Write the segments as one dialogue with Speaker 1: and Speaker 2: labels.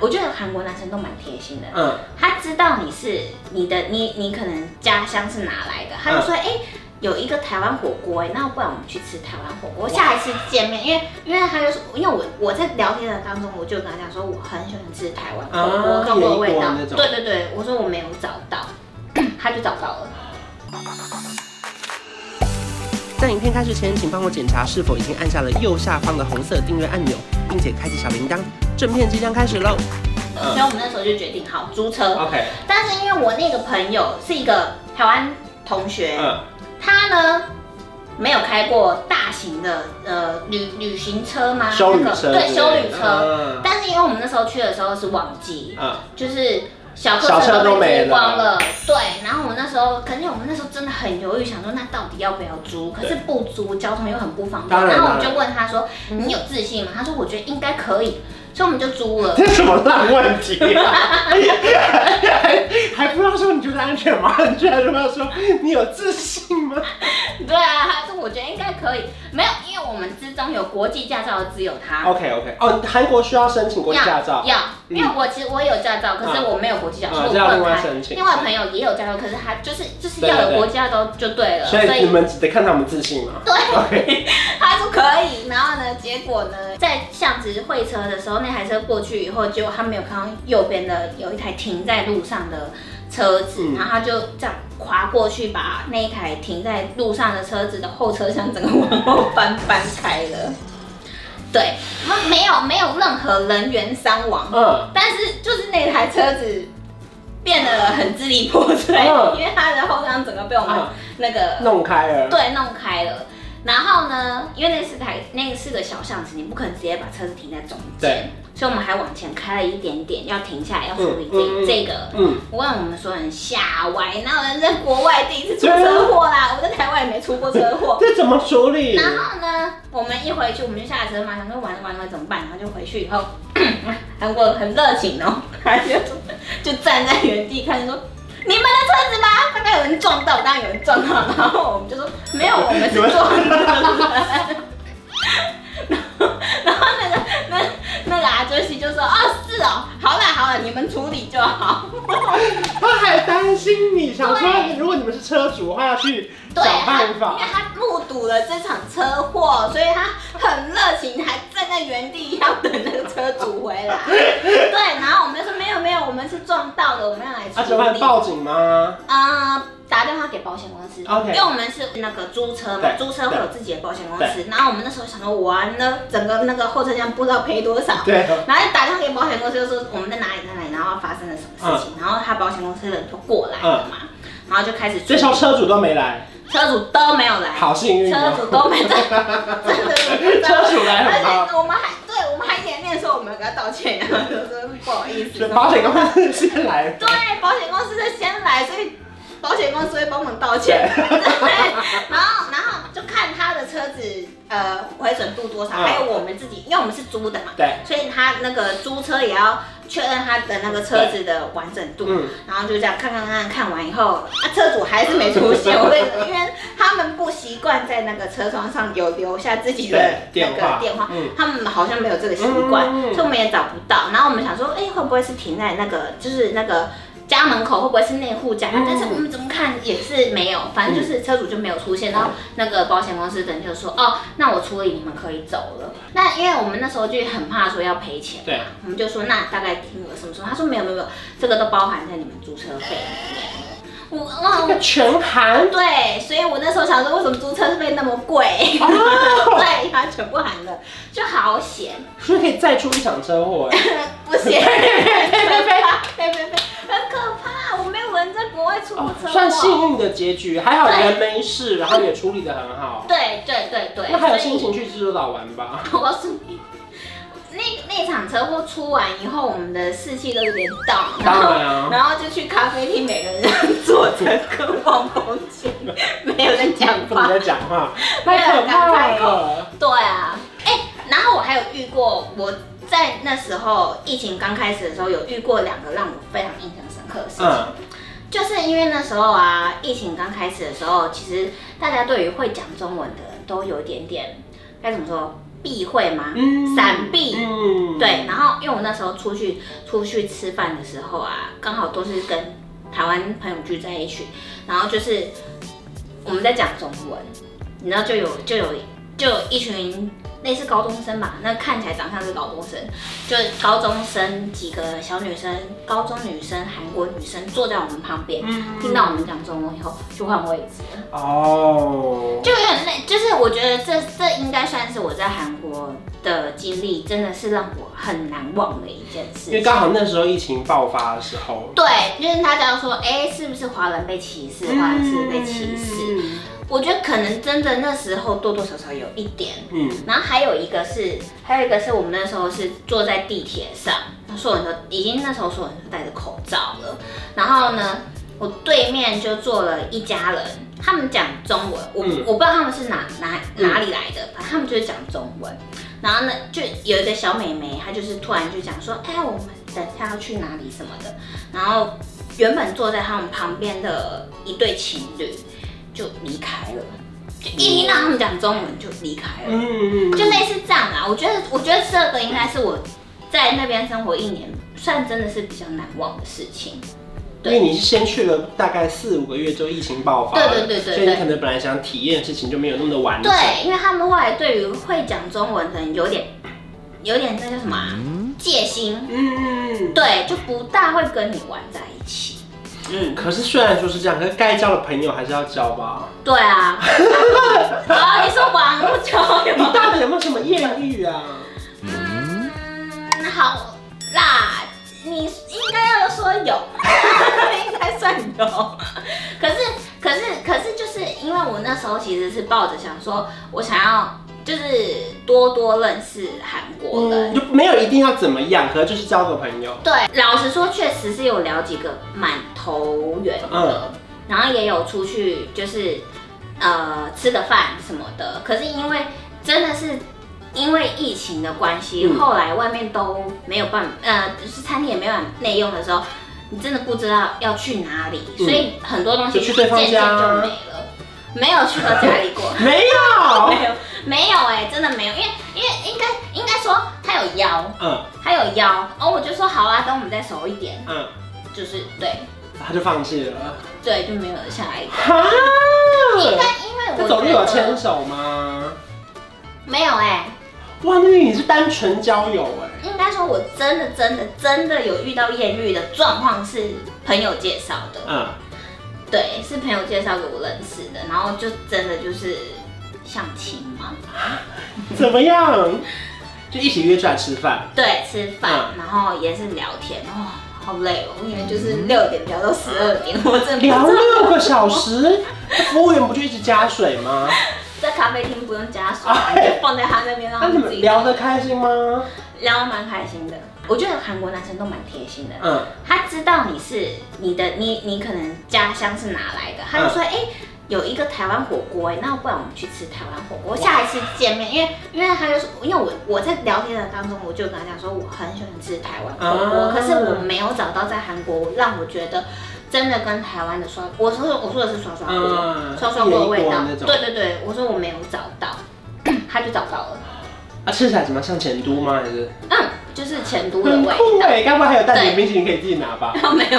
Speaker 1: 我觉得韩国男生都蛮贴心的，
Speaker 2: 嗯，
Speaker 1: 他知道你是你的，你你可能家乡是哪来的，他就
Speaker 2: 嗯
Speaker 1: 说，哎、有一个台湾火锅、哎，那不然我们去吃台湾火锅。下一次见面，因为因为他就说，因为我我在聊天的当中，我就跟他讲说，我很喜欢吃台湾火锅
Speaker 2: 啊
Speaker 1: 中国的味
Speaker 2: 野锅
Speaker 1: 道
Speaker 2: 那，种
Speaker 1: 对对对，我说我没有找 到，他就找到了。
Speaker 2: 在影片开始前，请帮我检查是否已经按下了右下方的红色订阅按钮，并且开启小铃铛。正片即将开始喽。嗯
Speaker 1: 所以我们那时候就决定好租车，
Speaker 2: OK，
Speaker 1: 但是因为我那个朋友是一个台湾同学，
Speaker 2: 嗯，
Speaker 1: 他呢没有开过大型的呃旅旅行车吗？
Speaker 2: 修旅
Speaker 1: 那个
Speaker 2: 车，
Speaker 1: 对修旅车。
Speaker 2: 嗯
Speaker 1: 但是因为我们那时候去的时候是旺季，
Speaker 2: 嗯，
Speaker 1: 就是小
Speaker 2: 小
Speaker 1: 客
Speaker 2: 车
Speaker 1: 车
Speaker 2: 都
Speaker 1: 都
Speaker 2: 没
Speaker 1: 被
Speaker 2: 了
Speaker 1: 租光了。对，然后我们那时候，可是我们那时候真的很犹豫，想说那到底要不要租？可是不租，交通又很不方便。
Speaker 2: 当然
Speaker 1: 然后我们
Speaker 2: 当然
Speaker 1: 就问他说：“你有自信吗？”他说：“我觉得应该可以。”所以我们就租 了。
Speaker 2: 这什么烂问题、啊？还还不要说你觉得安全吗？你居然说要说你有自信吗？
Speaker 1: 对啊，他说我觉得应该可以，没有，因为我们之中有国际驾照的只有他。
Speaker 2: OK OK，哦，韩国需要申请国际驾照，
Speaker 1: 要，
Speaker 2: 嗯
Speaker 1: 因为我其实我也有驾照，可是我没有国际驾照，
Speaker 2: 啊
Speaker 1: 所以
Speaker 2: 这
Speaker 1: 我
Speaker 2: 要另
Speaker 1: 不能
Speaker 2: 外
Speaker 1: 开。
Speaker 2: 申请。
Speaker 1: 另外朋友也有驾照，可是他就是就是
Speaker 2: 对对
Speaker 1: 要
Speaker 2: 对
Speaker 1: 有国际驾照就对了，
Speaker 2: 所以你们只得看他们自信嘛。对，
Speaker 1: 他说可以。然后呢，结果呢，在巷子会车的时候，那台车过去以后，结果他没有看到右边的有一台停在路上的车子，
Speaker 2: 嗯
Speaker 1: 然后他就这样滑过去，把那一台停在路上的车子的后车厢整个往后翻翻开了。对，然后没有没有任何人员伤亡，
Speaker 2: 嗯，
Speaker 1: 但是就是那台车子变得很支离破碎，
Speaker 2: 嗯
Speaker 1: 因为它的后舱整个被我们
Speaker 2: 嗯
Speaker 1: 那个、
Speaker 2: 弄开了。
Speaker 1: 对弄开了。然后呢，因为那是台那是个小巷子，你不可能直接把车子停在中
Speaker 2: 对
Speaker 1: 间，所以我们还往前开了一点点，要停下来要处理这、
Speaker 2: 嗯嗯嗯
Speaker 1: 这个。
Speaker 2: 嗯，
Speaker 1: 我让我们所有人吓歪，哪有人在国外第一次出车祸
Speaker 2: 啊
Speaker 1: 啦？我在台湾也没出过车祸。
Speaker 2: 这怎么处理？
Speaker 1: 然后呢，我们一回去，我们就下车嘛，想说完了完了怎么办？然后就回去以后， 韩国人很热情哦， 他就就站在原地看，就说你们的车子吗？刚刚有人撞到，当然有人撞到，然后我们就说 没有，我们是
Speaker 2: 你们
Speaker 1: 撞的。 然后那个那那个阿杰西就说哦是哦，好啦好啦，你们处理就好。
Speaker 2: 他还担心你，想说
Speaker 1: 对
Speaker 2: 如果你们是车主的话，要去找
Speaker 1: 对，他
Speaker 2: 办
Speaker 1: 因
Speaker 2: 法
Speaker 1: 为。他目睹了这场车祸，所以他很热情，还站在原地要等那个车主回 来。对，然后我们就说没有没有，我们是撞到的，我们要来
Speaker 2: 啊，怎么
Speaker 1: 处
Speaker 2: 办？
Speaker 1: 理。
Speaker 2: 报警吗？
Speaker 1: 呃，打电话给保险公司
Speaker 2: OK
Speaker 1: 因为我们是那个租车嘛
Speaker 2: 对，
Speaker 1: 租车会有自己的保险公司。然后我们那时候想说，完了，整个那个后车厢不知道赔多少。
Speaker 2: 对，
Speaker 1: 然后打电话给保险公司，就说我们在哪里在哪里，然后发生了什么事情，然后他保险公司的人就过来了嘛，
Speaker 2: 嗯
Speaker 1: 然后就开始处
Speaker 2: 这
Speaker 1: 理，
Speaker 2: 时候车主都没来，
Speaker 1: 车主都没有来，
Speaker 2: 好幸运
Speaker 1: 车
Speaker 2: 哦。
Speaker 1: 主都没 在，真的是不知道
Speaker 2: 车主来很
Speaker 1: 而
Speaker 2: 好，
Speaker 1: 且我们还对我们还颜面说我们要跟他道歉， 然后就说不好意思。
Speaker 2: 所以保险公司先来。
Speaker 1: 对保险公司是先来，所以保险公司会帮忙道 歉。对，然后然后就看他的车子呃回损度多少，
Speaker 2: 嗯
Speaker 1: 还有我们自己，因为我们是租的嘛，
Speaker 2: 对，
Speaker 1: 所以他那个租车也要确认他的那个车子的完整度。
Speaker 2: 嗯，
Speaker 1: 然后就这样看看看看完以后，啊，车主还是没出 现，我跟你说，因为他们不习惯在那个车窗上有留下自己的
Speaker 2: 对
Speaker 1: 那
Speaker 2: 电
Speaker 1: 个
Speaker 2: 话
Speaker 1: 电话，
Speaker 2: 嗯
Speaker 1: 他们好像没有这个习惯，
Speaker 2: 嗯
Speaker 1: 所以我们也找不到。然后我们想说，哎，会不会是停在那个就是那个家门口，会不会是内户家？
Speaker 2: 嗯
Speaker 1: 但是我们怎么看也是没有，反正就是车主就没有出现。然后那个保险公司的人就说，哦，那我处理，你们可以走了。那因为我们那时候就很怕说要赔钱，
Speaker 2: 对，
Speaker 1: 我们就说那大概金额什么什么，他说没有没有没有，这个都包含在你们租车费里面。我
Speaker 2: 这
Speaker 1: 哇，
Speaker 2: 个全含
Speaker 1: 对，所以我那时候想说，为什么租车费那么 贵？
Speaker 2: 哦，
Speaker 1: 对，它全部含了，就好 险，
Speaker 2: 所以可以再出一场车祸哎。
Speaker 1: 不险，很可怕，对对对，很可怕，我没有人在国外出过
Speaker 2: 哦
Speaker 1: 车祸，
Speaker 2: 算幸运的结局，还好
Speaker 1: 对
Speaker 2: 人没事，然后也处理的很好。
Speaker 1: 对对对对，
Speaker 2: 那还有
Speaker 1: 所以
Speaker 2: 心情去济州岛玩吧？
Speaker 1: 我告诉你，那那场车祸出完以后，我们的士气都有点 down，然
Speaker 2: 当
Speaker 1: 后
Speaker 2: 然啊
Speaker 1: 然后就去咖啡厅，每个人这样坐着跟望风景，没有人讲
Speaker 2: 不能
Speaker 1: 话。
Speaker 2: 再讲 话，太可怕了。
Speaker 1: 对啊，哎、然后我还有遇过，我在那时候疫情刚开始的时候，有遇过两个让我非常印象深刻的事情。
Speaker 2: 嗯，
Speaker 1: 就是因为那时候啊，疫情刚开始的时候，其实大家对于会讲中文的人都有一点点该怎么说避讳吗？
Speaker 2: 嗯
Speaker 1: 闪避
Speaker 2: 嗯
Speaker 1: 对，，然后因为我那时候出去出去吃饭的时候啊，刚好都是跟台湾朋友聚在一起，然后就是我们在讲中文，你知道就有就有就有一群类似高中生吧，那看起来长相是高中生，就是高中生几个小女生、高中女生、韩国女生坐在我们旁边，
Speaker 2: 嗯
Speaker 1: 听到我们讲中文以后就换位置了，
Speaker 2: 哦，
Speaker 1: 就有点累，就是我觉得这这应该算是我在韩国的经历，真的是让我很难忘的一件事
Speaker 2: 因为
Speaker 1: 情。
Speaker 2: 刚好那时候疫情爆发的时候，
Speaker 1: 对，就是大家都说，哎、是不是华人被歧视，华人是不是被歧视？
Speaker 2: 嗯
Speaker 1: 我觉得可能真的那时候多多少少有一点。
Speaker 2: 嗯，
Speaker 1: 然后还有一个是，还有一个是我们那时候是坐在地铁上，那所有人都已经那时候所有人都戴着口罩了。然后呢，我对面就坐了一家人，他们讲中文，我、
Speaker 2: 嗯
Speaker 1: 我不知道他们是哪哪
Speaker 2: 嗯
Speaker 1: 哪里来的，反正他们就是讲中文。然后呢，就有一个小妹妹，她就是突然就讲说，哎，我们等一下要去哪里什么的。然后原本坐在他们旁边的一对情侣就离开了，就一听到他们讲中文就离开了。
Speaker 2: 嗯嗯，
Speaker 1: 就类似这样啊。我觉得，我觉得这个应该是我在那边生活一年，算真的是比较难忘的事情。
Speaker 2: 因为你是先去了大概四五个月，就疫情爆发了，
Speaker 1: 对对对对
Speaker 2: 所以你
Speaker 1: 对
Speaker 2: 可能本来想体验的事情就没有那么的完整。
Speaker 1: 对，因为他们后来对于会讲中文的人有点，有点那叫什么、啊、戒心，
Speaker 2: 嗯，
Speaker 1: 对，就不大会跟你玩在一起。嗯，
Speaker 2: 可是虽然说是这样，可是该交的朋友还是要交吧。
Speaker 1: 对 啊。啊，你说玩不久有
Speaker 2: 你到底哦有没有什么艳遇啊？
Speaker 1: 嗯，好啦，你应该要说有，应该算有。可是，可是，可是，就是因为我那时候其实是抱着想说，我想要就是多多认识韩国人。
Speaker 2: 嗯，就没有一定要怎么样，可是就是交个朋友。
Speaker 1: 对，老实说，确实是有聊几个蛮投缘
Speaker 2: 嗯
Speaker 1: 的，然后也有出去就是呃吃个饭什么的。可是因为真的是因为疫情的关系，
Speaker 2: 嗯
Speaker 1: 后来外面都没有办法，呃，就是餐厅也没有办法内用的时候，你真的不知道要去哪里，
Speaker 2: 嗯
Speaker 1: 所以很多东西
Speaker 2: 就去对方
Speaker 1: 渐渐
Speaker 2: 家
Speaker 1: 就
Speaker 2: 啊
Speaker 1: 没了，没有去过家里 过。
Speaker 2: 没有。
Speaker 1: 没有，没有哎、真的没有，因为因为应该应该说他有腰，
Speaker 2: 嗯
Speaker 1: 他有腰，哦，我就说好啊，等我们再熟一点，
Speaker 2: 嗯，
Speaker 1: 就是对
Speaker 2: 他就放弃了。
Speaker 1: 对，就没有下一个。
Speaker 2: 哈，
Speaker 1: 应该因为
Speaker 2: 这
Speaker 1: 我
Speaker 2: 走路
Speaker 1: 觉
Speaker 2: 有
Speaker 1: 得
Speaker 2: 牵手吗？
Speaker 1: 没有哎、
Speaker 2: 哇，那你是单纯交友哎、
Speaker 1: 应该说我真的真的真的有遇到艳遇的状况是朋友介绍的，
Speaker 2: 嗯，
Speaker 1: 对，是朋友介绍给我认识的，然后就真的就是相亲嘛，
Speaker 2: 怎么样？就一起约出来吃饭。
Speaker 1: 对，吃
Speaker 2: 嗯
Speaker 1: 饭，然后也是聊天，哦，好累哦，因为就是六点聊到十二点，我真的不知
Speaker 2: 嗯聊
Speaker 1: 道
Speaker 2: 六个小时，服务员不就一直加水吗？
Speaker 1: 在咖啡厅不用加 水，就放在他那边让
Speaker 2: 哎那
Speaker 1: 他
Speaker 2: 你
Speaker 1: 们自
Speaker 2: 们
Speaker 1: 己
Speaker 2: 聊得开心吗？
Speaker 1: 聊得蛮开心的。我觉得韩国男生都蛮贴心的，
Speaker 2: 嗯，
Speaker 1: 他知道你是你的你你可能家乡是哪来的，他就说
Speaker 2: 嗯
Speaker 1: 哎、诶有一个台湾火锅哎、那不然我们去吃台湾火锅。下一次见面，因为因为他就说，因为我我在聊天的当中，我就跟他讲说我很喜欢吃台湾火锅，
Speaker 2: 啊
Speaker 1: 可是我没有找到在韩国让我觉得真的跟台湾的刷，我说我说的是刷刷锅，
Speaker 2: 嗯
Speaker 1: 刷刷锅的味
Speaker 2: 一人一锅
Speaker 1: 道
Speaker 2: 那，种
Speaker 1: 对对对，我说我没有找到， 他就找到了，
Speaker 2: 啊，吃起来怎么样？像前都吗？还是
Speaker 1: 嗯，就是前都的
Speaker 2: 很
Speaker 1: 味
Speaker 2: 酷
Speaker 1: 道，
Speaker 2: 哎、该不会还有蛋饼冰淇淋可以自己拿吧？
Speaker 1: 没有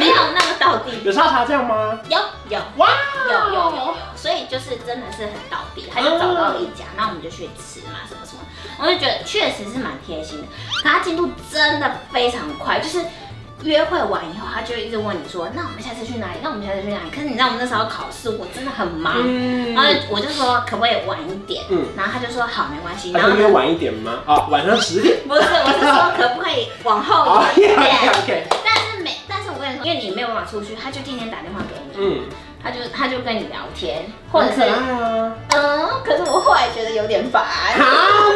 Speaker 1: 没有那个到底。
Speaker 2: 有沙茶酱吗？
Speaker 1: 有有
Speaker 2: 哇，
Speaker 1: 有有有有，所以就是真的是很到底，他就找到了一家，
Speaker 2: 嗯
Speaker 1: 那我们就去吃嘛，什么什么，我就觉得确实是蛮贴心的。可他进度真的非常快，就是约会完以后，他就一直问你说，那我们下次去哪里？那我们下次去哪里？可是你知道我们那时候考试，我真的很忙，然后
Speaker 2: 嗯，
Speaker 1: 我就说可不可以晚一点？
Speaker 2: 嗯哎
Speaker 1: 然后他就说好，没关系。
Speaker 2: 那
Speaker 1: 然后
Speaker 2: 就约
Speaker 1: 呢
Speaker 2: 晚一点吗？哦，晚上十点。
Speaker 1: 不是，我是说可不可以往后
Speaker 2: 哦
Speaker 1: 一
Speaker 2: ，OK
Speaker 1: 点？
Speaker 2: OK，
Speaker 1: 但是每但是我跟你说，因为你没有办法出去，他就天天打电话给你。
Speaker 2: 嗯，
Speaker 1: 他就他就跟你聊天，或者
Speaker 2: 很
Speaker 1: 是
Speaker 2: 可爱啊。
Speaker 1: 嗯，可是我后来觉得有点
Speaker 2: 啊，
Speaker 1: 烦。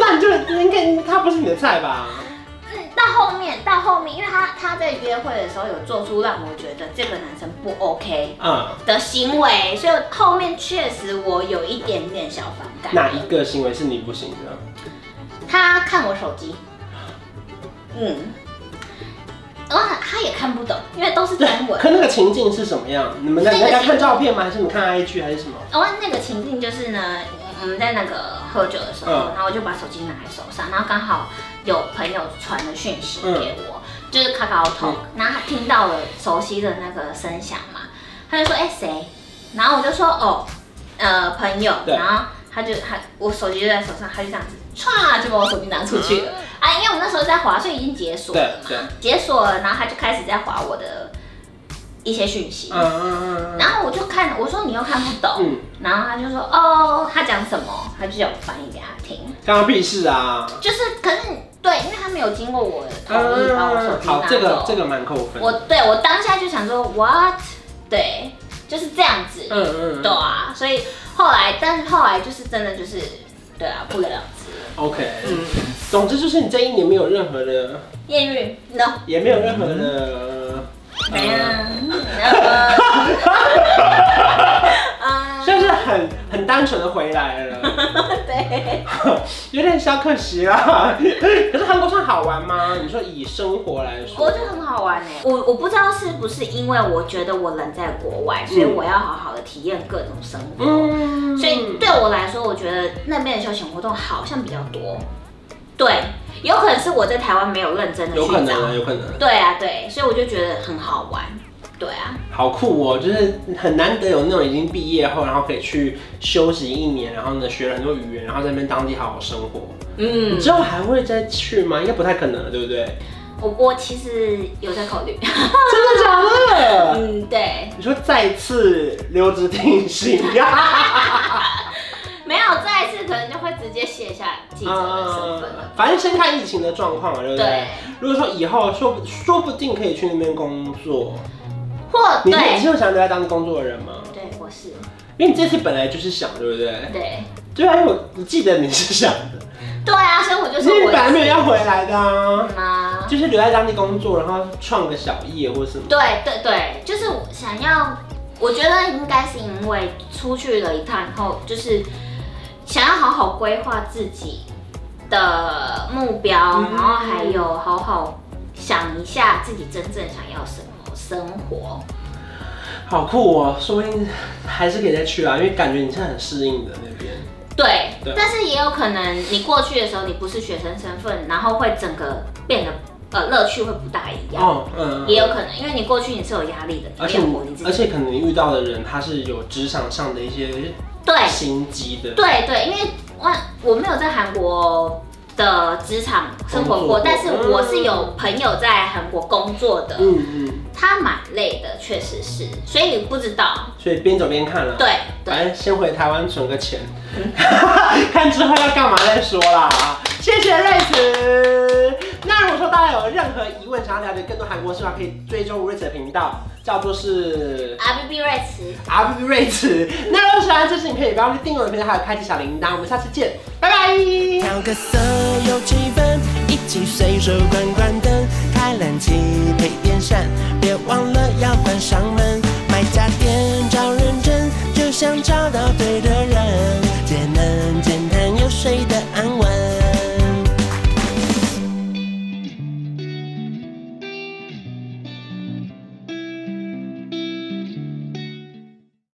Speaker 2: 那你就应该他不是你的菜吧？
Speaker 1: 嗯，到后面到后面，因为他他在约会的时候有做出让我觉得这个男生不 OK
Speaker 2: 嗯，
Speaker 1: 的行为，所以后面确实我有一点点小反感。
Speaker 2: 哪一个行为是你不行的？
Speaker 1: 他看我手 机，嗯，然后他也看不懂，因为都是中文。
Speaker 2: 可那个情境是什么样？你们在
Speaker 1: 那
Speaker 2: 你
Speaker 1: 个
Speaker 2: 在
Speaker 1: 情境哦
Speaker 2: 看照片吗？还是你们看 IG 还是什么？
Speaker 1: 然后那个情境就是呢，我们在那个喝酒的时候，
Speaker 2: 嗯
Speaker 1: 然后我就把手机拿在手上，然后刚好有朋友传了讯息
Speaker 2: 嗯
Speaker 1: 给我，就是卡卡 talk，、然后他听到了熟悉的那个声响嘛，他就说哎谁、然后我就说哦，呃朋友，
Speaker 2: 对
Speaker 1: 然后他就他我手机就在手上，他就这样子歘就把我手机拿出去了，啊，因为我们那时候在滑，所以已经解锁
Speaker 2: 对
Speaker 1: 了嘛，
Speaker 2: 嗯对，
Speaker 1: 解锁了，然后他就开始在滑我的一些讯息，
Speaker 2: 嗯嗯嗯嗯
Speaker 1: 然后我就看，我说你又看不懂，
Speaker 2: 嗯，
Speaker 1: 然后他就说哦，他讲什么，他就叫我翻译给他听，
Speaker 2: 刚刚屁事啊！
Speaker 1: 就是可是对，因为他没有经过我的同意把我手
Speaker 2: 嗯，
Speaker 1: 机拿走，
Speaker 2: 好，这个这个蛮扣分。
Speaker 1: 我对我当下就想说 what，对，就是这样子，
Speaker 2: 嗯嗯
Speaker 1: 对啊，所以后来，但是后来就是真的就是对啊，不了了之，
Speaker 2: ，OK，总
Speaker 1: 嗯
Speaker 2: 之就是你这一年没有任何的，
Speaker 1: 艳遇 no
Speaker 2: 也没有任何的，
Speaker 1: 没
Speaker 2: 呃，
Speaker 1: 啊， 嗯，
Speaker 2: 算是很很单纯的回来了，
Speaker 1: 对，
Speaker 2: 有点小可惜啦。 可是韩国算好玩吗？你说以生活来说，
Speaker 1: 我觉得很好玩哎，我我不知道是不是因为我觉得我人在国外，所以我要好好的体验各种生活，
Speaker 2: 嗯
Speaker 1: 所以对我来说，我觉得那边的休闲活动好像比较多，对，有可能是我在台湾没有认真的
Speaker 2: 有
Speaker 1: 去
Speaker 2: 可能
Speaker 1: 找
Speaker 2: 啊，，有可能，
Speaker 1: 对啊对，所以我就觉得很好玩，对啊，
Speaker 2: 好酷哦！就是很难得有那种已经毕业后，然后可以去休息一年，然后呢学了很多语言，然后在那边当地好好生活。
Speaker 1: 嗯
Speaker 2: 你之后还会再去吗？应该不太可能了，对不对？
Speaker 1: 我我其实有在考虑，
Speaker 2: 真的假的？
Speaker 1: 嗯，对，
Speaker 2: 你说再次留职停薪啊 呀？
Speaker 1: 没有再一次可能就会直接卸下记者的身份了。
Speaker 2: 啊反正先看疫情的状况嘛，对不对？
Speaker 1: 对
Speaker 2: 如果说以后说说不定可以去那边工作，
Speaker 1: 或
Speaker 2: 你你
Speaker 1: 对
Speaker 2: 是有想留在当工作的人吗？
Speaker 1: 对，我是
Speaker 2: 因为你这次本来就是想，对不对？
Speaker 1: 对
Speaker 2: 对啊，因为我记得你是想的，
Speaker 1: 对啊，所以我就
Speaker 2: 因为
Speaker 1: 说
Speaker 2: 你
Speaker 1: 我
Speaker 2: 本来没有
Speaker 1: 也
Speaker 2: 要回来的啊，
Speaker 1: 是吗？
Speaker 2: 就是留在当地工作，然后创个小业或什么。
Speaker 1: 对对对，就是我想要，我觉得应该是因为出去了一趟以后，就是想要好好规划自己的目标，
Speaker 2: 嗯
Speaker 1: 然后还有好好想一下自己真正想要什么生活。
Speaker 2: 好酷哦，说不定还是可以再去啊，因为感觉你是很适应的那边。
Speaker 1: 对，
Speaker 2: 对啊
Speaker 1: 但是也有可能你过去的时候你不是学生身份，然后会整个变得呃乐趣会不大一样，
Speaker 2: 哦，嗯，嗯
Speaker 1: 也有可能，因为你过去你是有压力的，
Speaker 2: 而
Speaker 1: 你
Speaker 2: 且
Speaker 1: 没有活你自
Speaker 2: 而
Speaker 1: 己。
Speaker 2: 且可能遇到的人他是有职场上的一些
Speaker 1: 对
Speaker 2: 心机的，
Speaker 1: 对对，因为我我没有在韩国的职场生活
Speaker 2: 工
Speaker 1: 过
Speaker 2: 作过，
Speaker 1: 但是我是有
Speaker 2: 嗯
Speaker 1: 朋友在韩国工作的，
Speaker 2: 嗯嗯，
Speaker 1: 他蛮累的，确实是，所以不知道。
Speaker 2: 所以边走边看了，，啊
Speaker 1: 对对，
Speaker 2: 反正哎先回台湾存个 钱，看之后要干嘛再说啦。谢谢瑞慈。那如果说大家有任何疑问，想要了解更多韩国事的话，可以追踪瑞慈的频道，叫做是
Speaker 1: 阿啊 B B 瑞慈，
Speaker 2: R B 瑞慈。那如果喜欢这支影片，也不要去订阅我的频道，还有开启小铃铛。我们下次见，拜拜。
Speaker 3: 调个色有气氛，一起随手关关灯，开冷气配电扇，别忘了